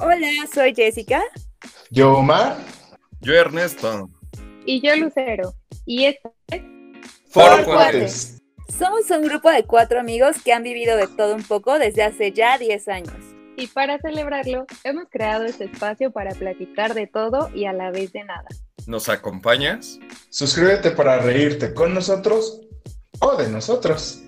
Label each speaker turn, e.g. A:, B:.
A: Hola, soy Jessica.
B: Yo, Omar.
C: Yo, Ernesto.
D: Y yo, Lucero. Y este, esto es
C: Foro Cuates.
A: Somos un grupo de cuatro amigos que han vivido de todo un poco desde hace ya 10 años.
D: Y para celebrarlo, hemos creado este espacio para platicar de todo y a la vez de nada.
C: ¿Nos acompañas?
B: Suscríbete para reírte con nosotros o de nosotros.